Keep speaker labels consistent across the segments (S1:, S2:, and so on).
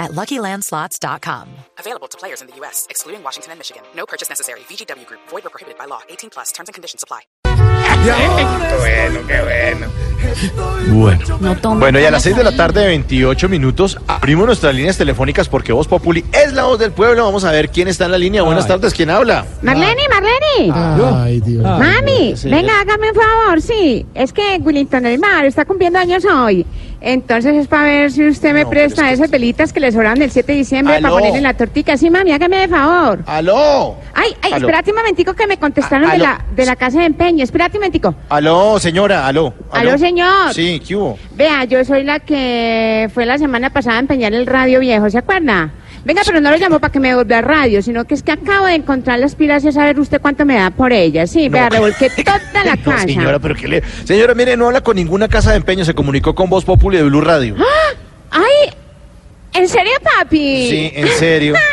S1: at luckylandslots.com.
S2: Available to players in the U.S., excluding Washington and Michigan. No purchase necessary. VGW Group, void or prohibited by law. 18 plus terms and conditions apply.
S3: Qué bueno, qué bueno.
S4: Bueno.
S3: Bueno, y a las 6 de la tarde, 28 minutos, abrimos nuestras líneas telefónicas porque Voz Populi es la voz del pueblo. Vamos a ver quién está en la línea. Buenas tardes, ¿quién habla?
S5: Marlene, Marlene.
S3: Ah,
S4: Ay, Dios.
S5: Mami, venga, hágame un favor, sí. Es que Willington el Mar está cumpliendo años hoy. Entonces es para ver si usted me presta esas velitas que le sobraron el 7 de diciembre
S3: Aló.
S5: para poner en la tortica. Sí, mami, hágame de favor.
S3: ¡Aló!
S5: Ay, ay,
S3: Aló.
S5: espérate un momentico que me contestaron
S3: A-
S5: de
S3: aló.
S5: la, de la casa de empeño. Espérate un momentico.
S3: ¡Aló, señora! ¡Aló!
S5: Aló, señor.
S3: Sí, ¿qué hubo?
S5: Vea, yo soy la que fue la semana pasada a empeñar el radio viejo, ¿se acuerda? Venga, pero no lo llamo para que me devuelva el radio, sino que es que acabo de encontrar las pilas y a saber usted cuánto me da por ellas. Sí, vea, revolqué toda la
S3: No,
S5: casa.
S3: señora, pero qué le... Señora, mire, no habla con ninguna casa de empeño. Se comunicó con Voz Populi de Blue Radio.
S5: Ay, ¿en serio, papi?
S3: Sí, en serio.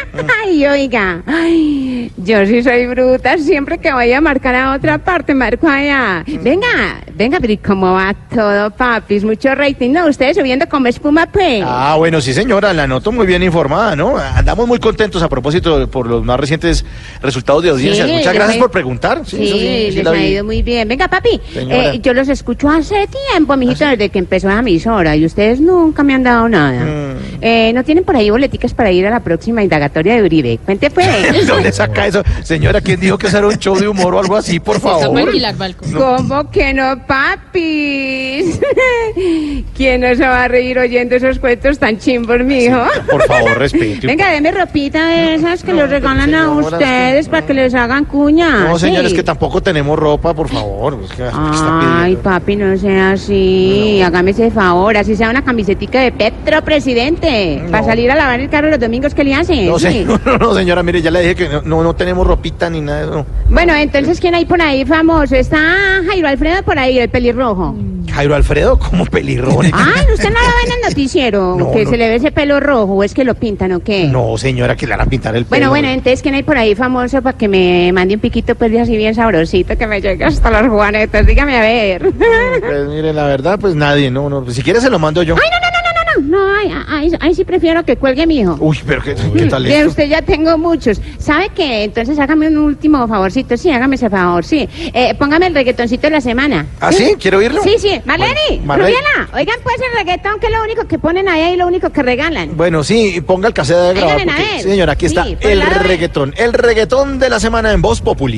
S5: Ay, oiga, ay, yo sí soy bruta, siempre que voy a marcar a otra parte, marco allá. Venga, venga, pero ¿y cómo va todo, papis? Mucho rating, ¿no? Ustedes subiendo como espuma, pues.
S3: Ah, bueno, sí, señora, la noto muy bien informada, ¿no? Andamos muy contentos a propósito de- por los más recientes resultados de audiencias.
S5: Sí,
S3: Muchas gracias
S5: les-
S3: por preguntar.
S5: Sí,
S3: Sí, eso sí, sí
S5: les
S3: la
S5: ha
S3: vi.
S5: ido muy bien. Venga, papi,
S3: Señora. Ah,
S5: eh, yo los escucho hace tiempo, mijito, desde que empezó la emisora, y ustedes nunca me han dado nada.
S3: Mm.
S5: Eh, ¿No tienen por ahí boleticas para ir a la próxima indagatoria de Uribe? Cuente, pues.
S3: ¿Dónde saca eso? Señora, ¿quién dijo que eso era un show de humor o algo así, por favor?
S5: ¿Cómo que no, papis? ¿Quién no se va a reír oyendo esos cuentos tan chimbos, mijo?
S3: Por favor, respete. un
S5: Venga, deme ropita de esas que
S3: no,
S5: los regalan
S3: pero
S5: a
S3: señora,
S5: ustedes
S3: sí,
S5: para que les hagan
S3: po-
S5: cuña.
S3: No, señora,
S5: sí.
S3: es que tampoco tenemos ropa, por favor. Es que- ¿qué está pidiendo?
S5: Ay, papi, no sea así. Hágame ese favor, así sea una camisetica de Petro, presidente.
S3: No.
S5: Para salir a lavar el carro los domingos que le hacen.
S3: No,
S5: sí.
S3: señora, no, no, señora, mire, ya le dije que no, no, no tenemos ropita ni nada. no.
S5: Bueno, entonces, ¿quién hay por ahí famoso? Está Jairo Alfredo por ahí, el pelirrojo.
S3: Jairo Alfredo, como pelirrojo.
S5: Ay, usted no lo ve en el noticiero,
S3: No,
S5: que
S3: no.
S5: se le ve ese pelo rojo, ¿o es que lo pintan o qué?
S3: No, señora, que le harán pintar el pelo.
S5: Bueno, bueno, entonces, ¿quién hay por ahí famoso para que me mande un piquito pues de así bien sabrosito que me llegue hasta los juanetes? Dígame a ver. Ay, no,
S3: Pues, mire, la verdad, pues nadie, no, no. pues, Si quiere se lo mando yo.
S5: no, no, no, no, no, ay, ay, ay, sí prefiero que cuelgue mi hijo.
S3: Uy, pero qué, qué tal
S5: De
S3: esto.
S5: Mm, usted ya tengo muchos. ¿Sabe qué? Entonces hágame un último favorcito. Sí, hágame ese favor, sí. Eh, póngame el reggaetoncito de la semana.
S3: ¿Ah, sí? ¿Quiere oírlo?
S5: Sí, sí. Marlene,
S3: Bueno, Marlene.
S5: Rubiela, oigan pues el reggaetón que es lo único que ponen ahí y lo único que regalan.
S3: Bueno, sí, ponga el cassette de grabado.
S5: Háganle, a
S3: porque-
S5: ver.
S3: Señora, aquí está
S5: Sí, por
S3: el
S5: la-
S3: reggaetón. El reggaetón de la semana en Voz Populi.